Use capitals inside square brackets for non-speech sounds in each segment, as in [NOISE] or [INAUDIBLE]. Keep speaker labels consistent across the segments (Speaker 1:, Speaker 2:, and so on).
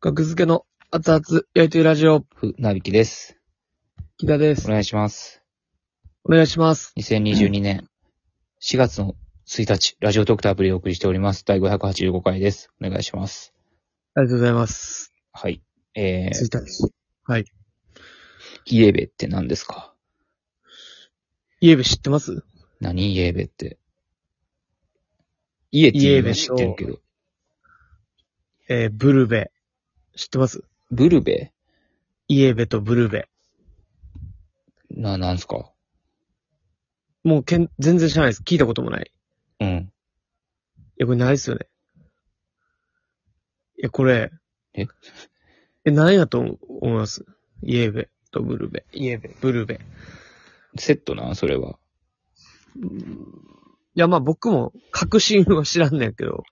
Speaker 1: 学付けの熱々焼いてるラジオ、
Speaker 2: 船引きです。
Speaker 1: 木田で
Speaker 2: お
Speaker 1: す。
Speaker 2: 願いします。
Speaker 1: お願いします。
Speaker 2: 2022年4月の1日、ラジオトークターアプリでお送りしております。第585回です。お願いします。
Speaker 1: ありがとうございます。
Speaker 2: はい。えー、
Speaker 1: 1日。はい。
Speaker 2: イエベって何ですか
Speaker 1: イエベ知ってます
Speaker 2: 何イエベって。イエティは知ってるけど。
Speaker 1: えー、ブルベ。知ってます
Speaker 2: ブルベ
Speaker 1: イエベとブルベ。
Speaker 2: な、なんすか
Speaker 1: もうけん、全然知らないです。聞いたこともない。い
Speaker 2: うん。
Speaker 1: や、これないですよね。いや、これ。
Speaker 2: え
Speaker 1: え、何やと思思いますイエベとブルベ。イエベ、ブルベ。
Speaker 2: セットなんそれは。
Speaker 1: いや、まあ僕も確信は知らんねんけど。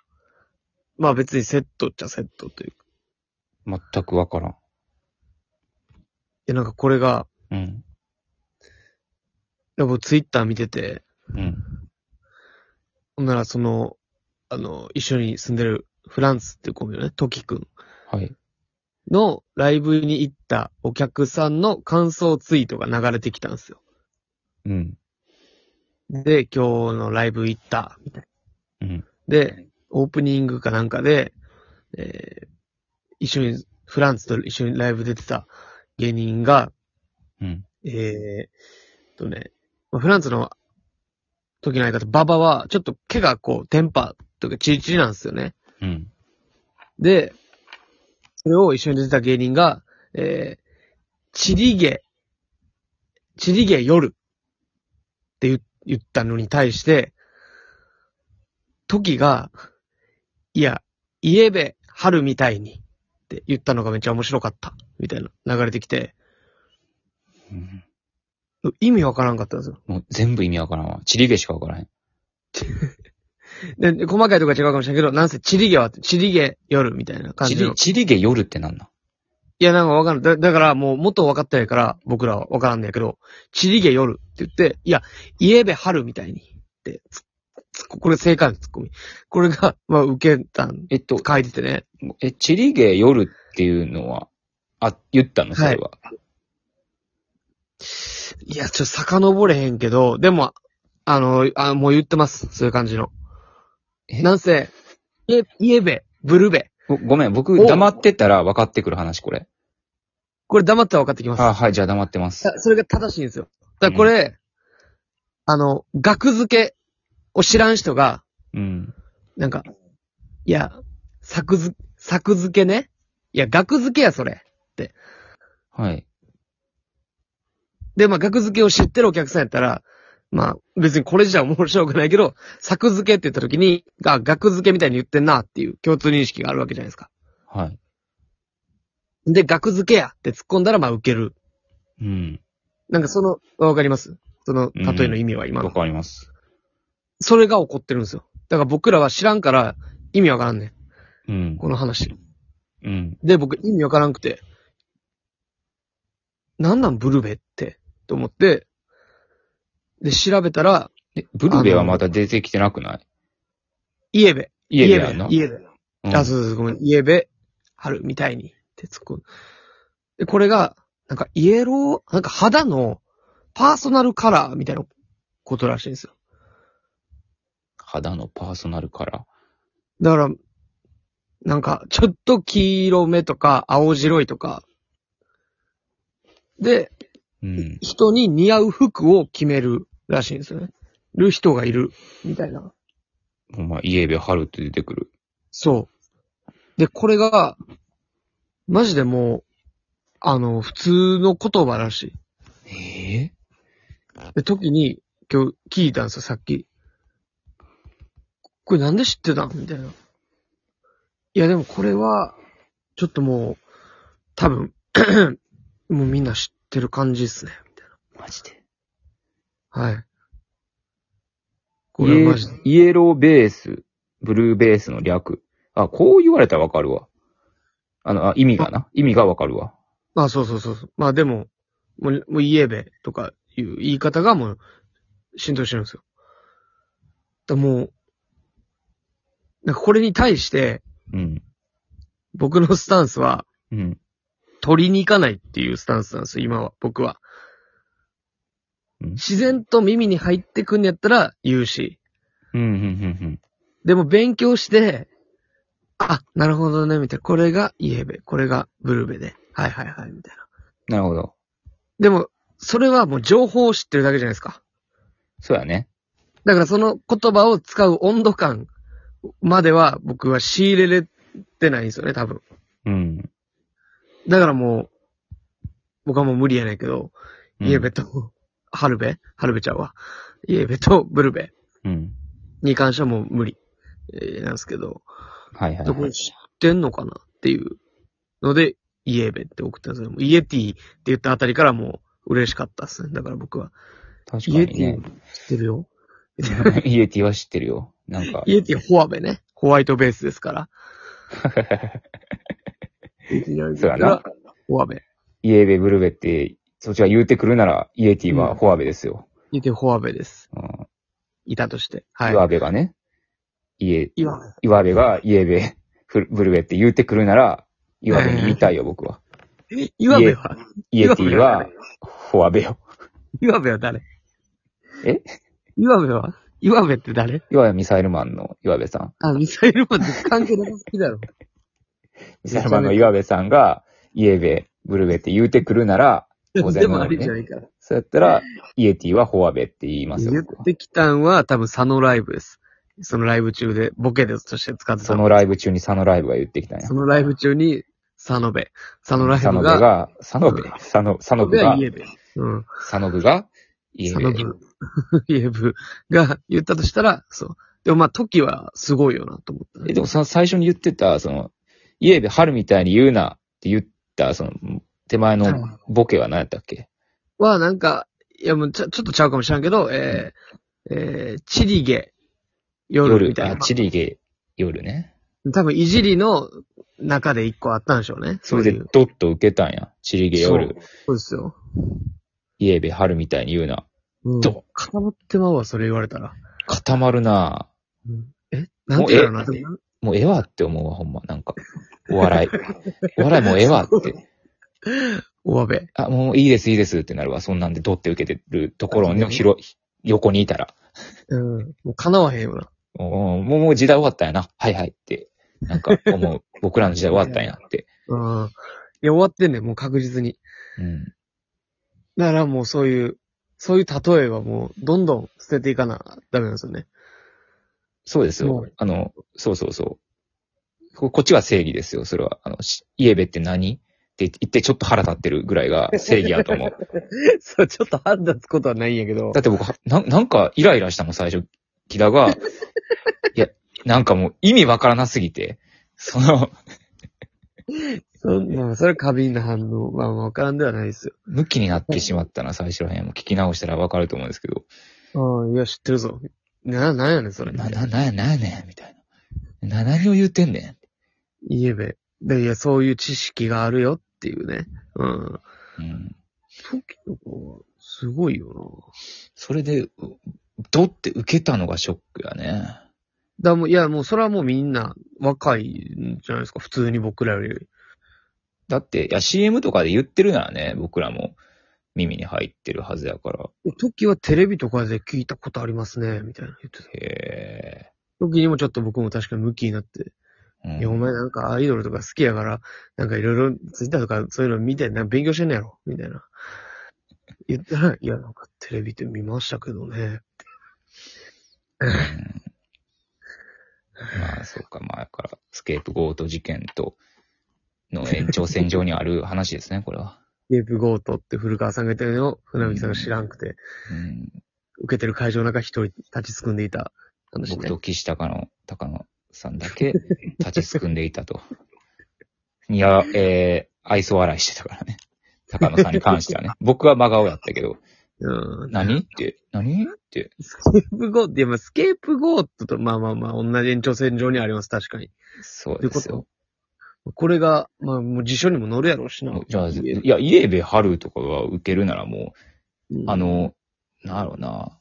Speaker 1: まあ別にセットっちゃセットというか。
Speaker 2: 全くわからん。
Speaker 1: いや、なんかこれが、
Speaker 2: うん。
Speaker 1: いや、僕ツイッター見てて、
Speaker 2: うん。
Speaker 1: ほんならその、あの、一緒に住んでるフランスっていうコンビのね、トキくん
Speaker 2: はい。
Speaker 1: のライブに行ったお客さんの感想ツイートが流れてきたんですよ。
Speaker 2: うん。
Speaker 1: で、今日のライブ行った、みたい
Speaker 2: うん。
Speaker 1: な。で、オープニングかなんかで、えー一緒に、フランスと一緒にライブ出てた芸人が、
Speaker 2: うん。
Speaker 1: えー、とね、まあフランスの時の相方、ババは、ちょっと毛がこう、テンパというか、チリチリなんですよね。
Speaker 2: うん。
Speaker 1: で、それを一緒に出てた芸人が、えー、チリゲ、チリゲ夜って言言ったのに対して、トキが、いや、イエベ春みたいにって言ったのがめっちゃ面白かった、みたいな流れてきて、
Speaker 2: うん
Speaker 1: 意味わからんかったんですよ。
Speaker 2: もう全部意味わからんわ。チリゲしかわからへん。
Speaker 1: で、で細かいとこは違うかもしれんけど、なんせチリゲは、チリゲ夜みたいな感
Speaker 2: チ
Speaker 1: じの
Speaker 2: リ、。チリゲ夜ってなんなん
Speaker 1: いや、なんかわかんない。だだから、もう、もっと分かってないから、僕らは分からんねやけど、チリゲ夜って言って、いや、イエベ春みたいに、って、つつこれ正解のツッコミ。これが、まあ、受けたん、
Speaker 2: えっと、
Speaker 1: 書いててね。
Speaker 2: え、チリゲ夜っていうのは、あ、言ったのそれは。
Speaker 1: いや、ちょ、遡れへんけど、でも、あの、あもう言ってます。そういう感じの。
Speaker 2: え
Speaker 1: なんせ、イエイエベ、ブルベ。
Speaker 2: ごごめん、僕
Speaker 1: お
Speaker 2: 黙ってたら分かってくる話、これ。
Speaker 1: これ黙ったら分かってきます。
Speaker 2: あ、はい、じゃあ黙ってます。
Speaker 1: だそれが正しいんですよ。だからこれ、あの、学付けを知らん人が、
Speaker 2: うん。
Speaker 1: なんか、いや、作図、作付けね。いや、額付けや、それ。
Speaker 2: はい。
Speaker 1: で、まあ、額付けを知ってるお客さんやったら、まあ、別にこれじゃ面白くないけど、作付けって言った時に、が、額付けみたいに言ってんなっていう共通認識があるわけじゃないですか。
Speaker 2: はい。
Speaker 1: で、額付けやって突っ込んだら、まあ、受ける。
Speaker 2: うん。
Speaker 1: なんかその、わかりますその、
Speaker 2: うん
Speaker 1: 例えの意味は今の
Speaker 2: わかります。
Speaker 1: それが起こってるんですよ。だから僕らは知らんから、意味わからんねん。
Speaker 2: うん。
Speaker 1: この話。
Speaker 2: うん。
Speaker 1: で、僕意味わからんくて、なんなんブルベって、と思って、で、調べたら、
Speaker 2: え、ブルベはまだ出てきてなくない
Speaker 1: イエベ。
Speaker 2: イエベやんな。
Speaker 1: イエベ。
Speaker 2: うん
Speaker 1: あ、そうそう、ごめん。イエベ、春みたいに、ってつく。で、これが、なんかイエロー、なんか肌のパーソナルカラーみたいなことらしいんですよ。
Speaker 2: 肌のパーソナルカラ
Speaker 1: だから、なんか、ちょっと黄色めとか、青白いとか、で、
Speaker 2: ー。うん。
Speaker 1: 人に似合う服を決めるらしいんですよね。る人がいる、みたいな。
Speaker 2: ほんま、イエベ春って出てくる。
Speaker 1: そう。で、これが、マジでもう、あの、普通の言葉らし
Speaker 2: ええ
Speaker 1: い。で、時に、今日聞いたんですよ、さっき。これなんで知ってたんみたいな。いや、でもこれは、ちょっともう、多分、 [CLEARS THROAT] もうみんな知ってる感じですね。
Speaker 2: マジで。
Speaker 1: はい。こ
Speaker 2: イ
Speaker 1: れ
Speaker 2: エ
Speaker 1: はマジで。
Speaker 2: イエローベース、ブルーベースの略。あ、こう言われたらわかるわ。あの、あ意味がな。意味がわかるわ。
Speaker 1: まあそうそうそうそう。まあでも、もう、もうイエベとかいう言い方がもう浸透してるんですよ。だからもう、なんかこれに対して、
Speaker 2: うん。
Speaker 1: 僕のスタンスは、
Speaker 2: うん。
Speaker 1: 取りに行かないっていうスタンスなんですよ、今は、僕は。
Speaker 2: うん
Speaker 1: 自然と耳に入ってくんやったら言うし、
Speaker 2: うん、うん、うん、
Speaker 1: でも勉強して、あ、なるほどね、みたいな。これがイエベ、これがブルベで。はいはいはい、みたいな。
Speaker 2: うん。なるほど。
Speaker 1: でも、それはもう情報を知ってるだけじゃないですか。
Speaker 2: そうやね。
Speaker 1: だからその言葉を使う温度感までは僕は仕入れれてないんですよね、多分。
Speaker 2: うん。
Speaker 1: だからもう、僕はもう無理やねんけど、
Speaker 2: うん
Speaker 1: イエベ。と、ハルベハルベちゃんは。イエベとブルベ
Speaker 2: うん。
Speaker 1: に関してはもう無理。えーなんですけど、
Speaker 2: はいはい、
Speaker 1: どこ
Speaker 2: は
Speaker 1: れ
Speaker 2: い。
Speaker 1: 知ってんのかなっていうので、イエベって送ったんですけど、もうイエティって言ったあたりからもう嬉しかったっすね。だから僕は、
Speaker 2: 確か
Speaker 1: イエテ
Speaker 2: にね
Speaker 1: ィ。
Speaker 2: [LAUGHS]
Speaker 1: 知ってるよ。
Speaker 2: イエティは知ってるよ。なんか。
Speaker 1: イエティホワベね。ホワイトベースです
Speaker 2: [LAUGHS]
Speaker 1: から。
Speaker 2: そうやな。
Speaker 1: ホアベ。
Speaker 2: イエベ、ブルベって、そっちが言うてくるなら、イエティはホアベですよ。
Speaker 1: イエティホアベです。
Speaker 2: うん。
Speaker 1: いたとして。はい。
Speaker 2: イワベがね、イエ、
Speaker 1: イワ
Speaker 2: イワベがイエベ、フルブルベって言うてくるなら、イワベに見た
Speaker 1: [LAUGHS]
Speaker 2: いよ、僕は。
Speaker 1: ベ。イワベは、
Speaker 2: イエティ
Speaker 1: 岩部
Speaker 2: は、ホアベよ。
Speaker 1: イワベは誰
Speaker 2: え
Speaker 1: イワベはイワベって誰
Speaker 2: イワベミサイルマンのイワベさん。
Speaker 1: あ、ミサイルマンって関係なさすぎだろ。
Speaker 2: ミサイルマンのイワベさんが、イエベ、ブルベって言うてくるなら、当然
Speaker 1: でもあ
Speaker 2: なの
Speaker 1: り
Speaker 2: にね
Speaker 1: じゃないから。
Speaker 2: そうやったら、イエティはホアベって言いますよ、
Speaker 1: 言
Speaker 2: 僕
Speaker 1: っ
Speaker 2: は
Speaker 1: てきたんは多分佐野ライブです。そのライブ中で、ボケでとして使ってた。
Speaker 2: そのライブ中にサノライブが言ってきたんや
Speaker 1: そ。のライブ中に、佐野部。佐野ライ
Speaker 2: サ
Speaker 1: ブ
Speaker 2: ノベ
Speaker 1: が、
Speaker 2: が、サノベ、サノ、サノブが
Speaker 1: 部、家部。うん。
Speaker 2: サノブが、イエ
Speaker 1: 佐
Speaker 2: ベ
Speaker 1: 野部、 [LAUGHS] 家部が言ったとしたら、そう。でもまあ、時はすごいよなと思ったね、
Speaker 2: え、でもさ、最初に言ってた、その、イエベ春みたいに言うなって言った、その、手前のボケは何やったっけ
Speaker 1: は、なんか、いやもうちょ、ちょっとちゃうかもしれんけど、えー、えー、チリゲ、夜みたい
Speaker 2: あ、
Speaker 1: な。
Speaker 2: チリゲ、夜ね。
Speaker 1: 多分、いじりの中で一個あったんでしょうね。
Speaker 2: それで
Speaker 1: ういう
Speaker 2: ドッと受けたんや。チリゲ、夜、
Speaker 1: そうですよ。
Speaker 2: イエベ春みたいに言うな。
Speaker 1: うん
Speaker 2: ど
Speaker 1: 固まってまうわ、それ言われたら。
Speaker 2: 固まるな
Speaker 1: えなんて言うの
Speaker 2: も
Speaker 1: な
Speaker 2: うえもうええわって思うわ、ほんま。なんか、お笑い。お笑いもうええわって。
Speaker 1: おわべ。
Speaker 2: あ、もういいです、いいですってなるわ。そんなんでドッて受けてるところの広い、横にいたら。
Speaker 1: うん。もう叶わへんよな。
Speaker 2: おーもう、もう時代終わったんやな。はいはいって。なんか思う。僕らの時代終わったんやって。
Speaker 1: うん。いや、終わってんねん、もう確実に。
Speaker 2: うん。
Speaker 1: だからもうそういう、そういう例えはもう、どんどん捨てていかな、ダメなんですよね。
Speaker 2: そうです
Speaker 1: も
Speaker 2: よ
Speaker 1: う。
Speaker 2: あの、そうそうそう。ここっちは正義ですよ、それは。あの、しイエベって何って言ってちょっと腹立ってるぐらいが正義やと思う。
Speaker 1: [LAUGHS] そう、ちょっと判断つくことはないんやけど
Speaker 2: だ。って僕、はななんかイライラしたもん、最初。木田が、いや、なんかもう意味わからなすぎて、その、
Speaker 1: そまあ、それは過敏な反応。まあ、わからんではないですよ。
Speaker 2: 向きになってしまったな、最初らへん。もう聞き直したらわかると思うんですけど、
Speaker 1: うん、いや、知ってるぞ。な、なんやねん、それ。
Speaker 2: な、な、な、なんやねん、みたいな。な、何を言うてんねん。
Speaker 1: 言えべ。で、いや、そういう知識があるよっていうね。うん。
Speaker 2: うん。
Speaker 1: 時の子は、すごいよな。
Speaker 2: それで、うドって受けたのがショックやね。
Speaker 1: だからもういや、もうそれはもうみんな若いんじゃないですか、普通に僕らより。
Speaker 2: だって、いや、CM とかで言ってるならね、僕らも耳に入ってるはずやから。
Speaker 1: 時はテレビとかで聞いたことありますね、みたいな言ってた。
Speaker 2: へ
Speaker 1: 時にもちょっと僕も確かにムキになって、
Speaker 2: え。
Speaker 1: いや、お前なんかアイドルとか好きやから、なんかいろいろツイッターとかそういうの見て、なんか勉強してんのやろ、みたいな。言ったら、いや、なんかテレビで見ましたけどね。
Speaker 2: うんまあ、そうか、まあ、だから、スケープゴート事件と、の延長線上にある話ですね、これは。
Speaker 1: テープゴートって古川さんが言ったのを船引さんが知らんくて、
Speaker 2: うん、
Speaker 1: 受けてる会場の中一人立ちすくんでいた話
Speaker 2: 僕
Speaker 1: ね
Speaker 2: と。岸高野、高野さん
Speaker 1: [LAUGHS]
Speaker 2: だけ立ちすくんでいたと。いや、えー、愛想笑いしてたからね。高野さんに関して
Speaker 1: [LAUGHS]
Speaker 2: はね。僕は真顔やったけど、
Speaker 1: うん。
Speaker 2: 何って、何って。
Speaker 1: スケープゴート、いや、まあ、スケープゴートと、まあまあまあ、同じ延長線上にあります、確かに。
Speaker 2: そうですよ。
Speaker 1: これが、まあ、もう辞書にも載るやろうしな。
Speaker 2: じゃあ、いや、イエベハルとかが受けるならも
Speaker 1: う
Speaker 2: う、
Speaker 1: ん
Speaker 2: あ、の、なんやろうな。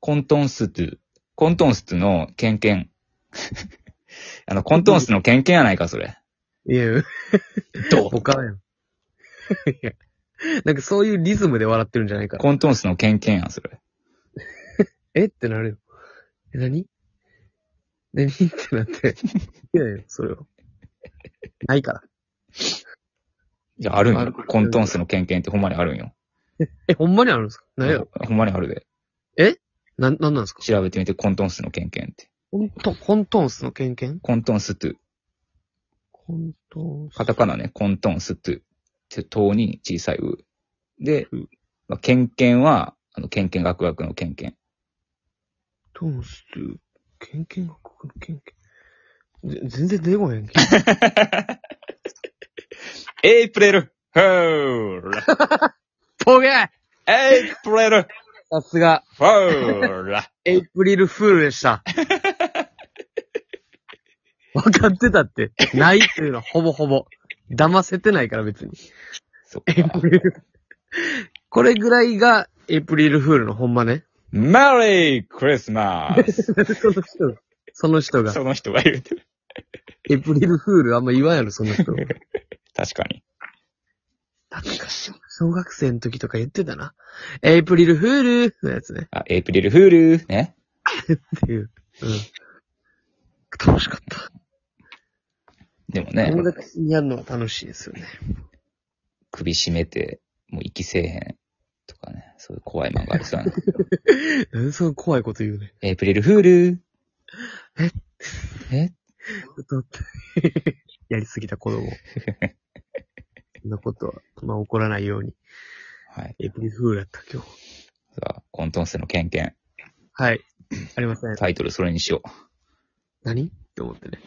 Speaker 2: コントンストゥ、コントンストゥのケンケン。 [LAUGHS] あの、コントンスのケンケンやないか、それ。
Speaker 1: いや、
Speaker 2: ど
Speaker 1: 他やん。いや。なんかそういうリズムで笑ってるんじゃないから。
Speaker 2: コントンスのケンケンやん、それ。
Speaker 1: えってなるよ。え、何何ってな
Speaker 2: [LAUGHS]
Speaker 1: って。いやいや、それは。ないから。
Speaker 2: いや、あるん
Speaker 1: あ
Speaker 2: よ。
Speaker 1: るから
Speaker 2: コントンスのケンケンってほんまにあるんよ。
Speaker 1: え、ほんまにあるんですかないよ。
Speaker 2: ほんまにあるで。
Speaker 1: な、なんなんですか
Speaker 2: 調べてみて、コントンスのケンケンって。
Speaker 1: コント、コントンスのケンケン
Speaker 2: コントンストゥ。
Speaker 1: コントンス。
Speaker 2: カタカナね、コントンストゥ。て、とに小さいう。で
Speaker 1: うん、
Speaker 2: まあ、ケンケンは、あの、ケンケンガクガクのケンケン。
Speaker 1: トンスと、ケンケンがここのケンケン。ぜ全然出てこへん
Speaker 2: [LAUGHS]
Speaker 1: け
Speaker 2: エイプレルフール
Speaker 1: ど。ボケー
Speaker 2: エイプレル
Speaker 1: さすが、
Speaker 2: フール
Speaker 1: エイプリルフールで [LAUGHS] した。分かってたって。ないっていうのはほぼほぼ。騙せてないから別に。
Speaker 2: そっ
Speaker 1: エイ
Speaker 2: か。
Speaker 1: プリル。これぐらいがエイプリルフールのほんまね。
Speaker 2: メリークリスマス
Speaker 1: [LAUGHS] その人が。その人が。
Speaker 2: その人が言うてる。
Speaker 1: エイプリルフールあんま言わんやろ、その [LAUGHS] 人。
Speaker 2: 確かに。
Speaker 1: 懐かしい。小学生の時とか言ってたな。エイプリルフールのやつね。
Speaker 2: あ、エイプリルフールね。
Speaker 1: っていう。うん。楽しかった。
Speaker 2: でもね、
Speaker 1: 友達にやるのは楽しいですよ [LAUGHS] ね。
Speaker 2: 首絞めて、もう息せえへんとかね。そういう怖い漫画ありそうやな。 [LAUGHS]
Speaker 1: なんでその怖いこと言うね。
Speaker 2: エイプリルフール
Speaker 1: え
Speaker 2: え
Speaker 1: だって [LAUGHS] やりすぎた子供。そんなことは、まあ怒らないように。
Speaker 2: はい。
Speaker 1: エイプリルフールやった、今日。
Speaker 2: さあ、コントンスのケンケン。
Speaker 1: はい。ありません。
Speaker 2: タイトルそれにしよう。
Speaker 1: 何って思ってね。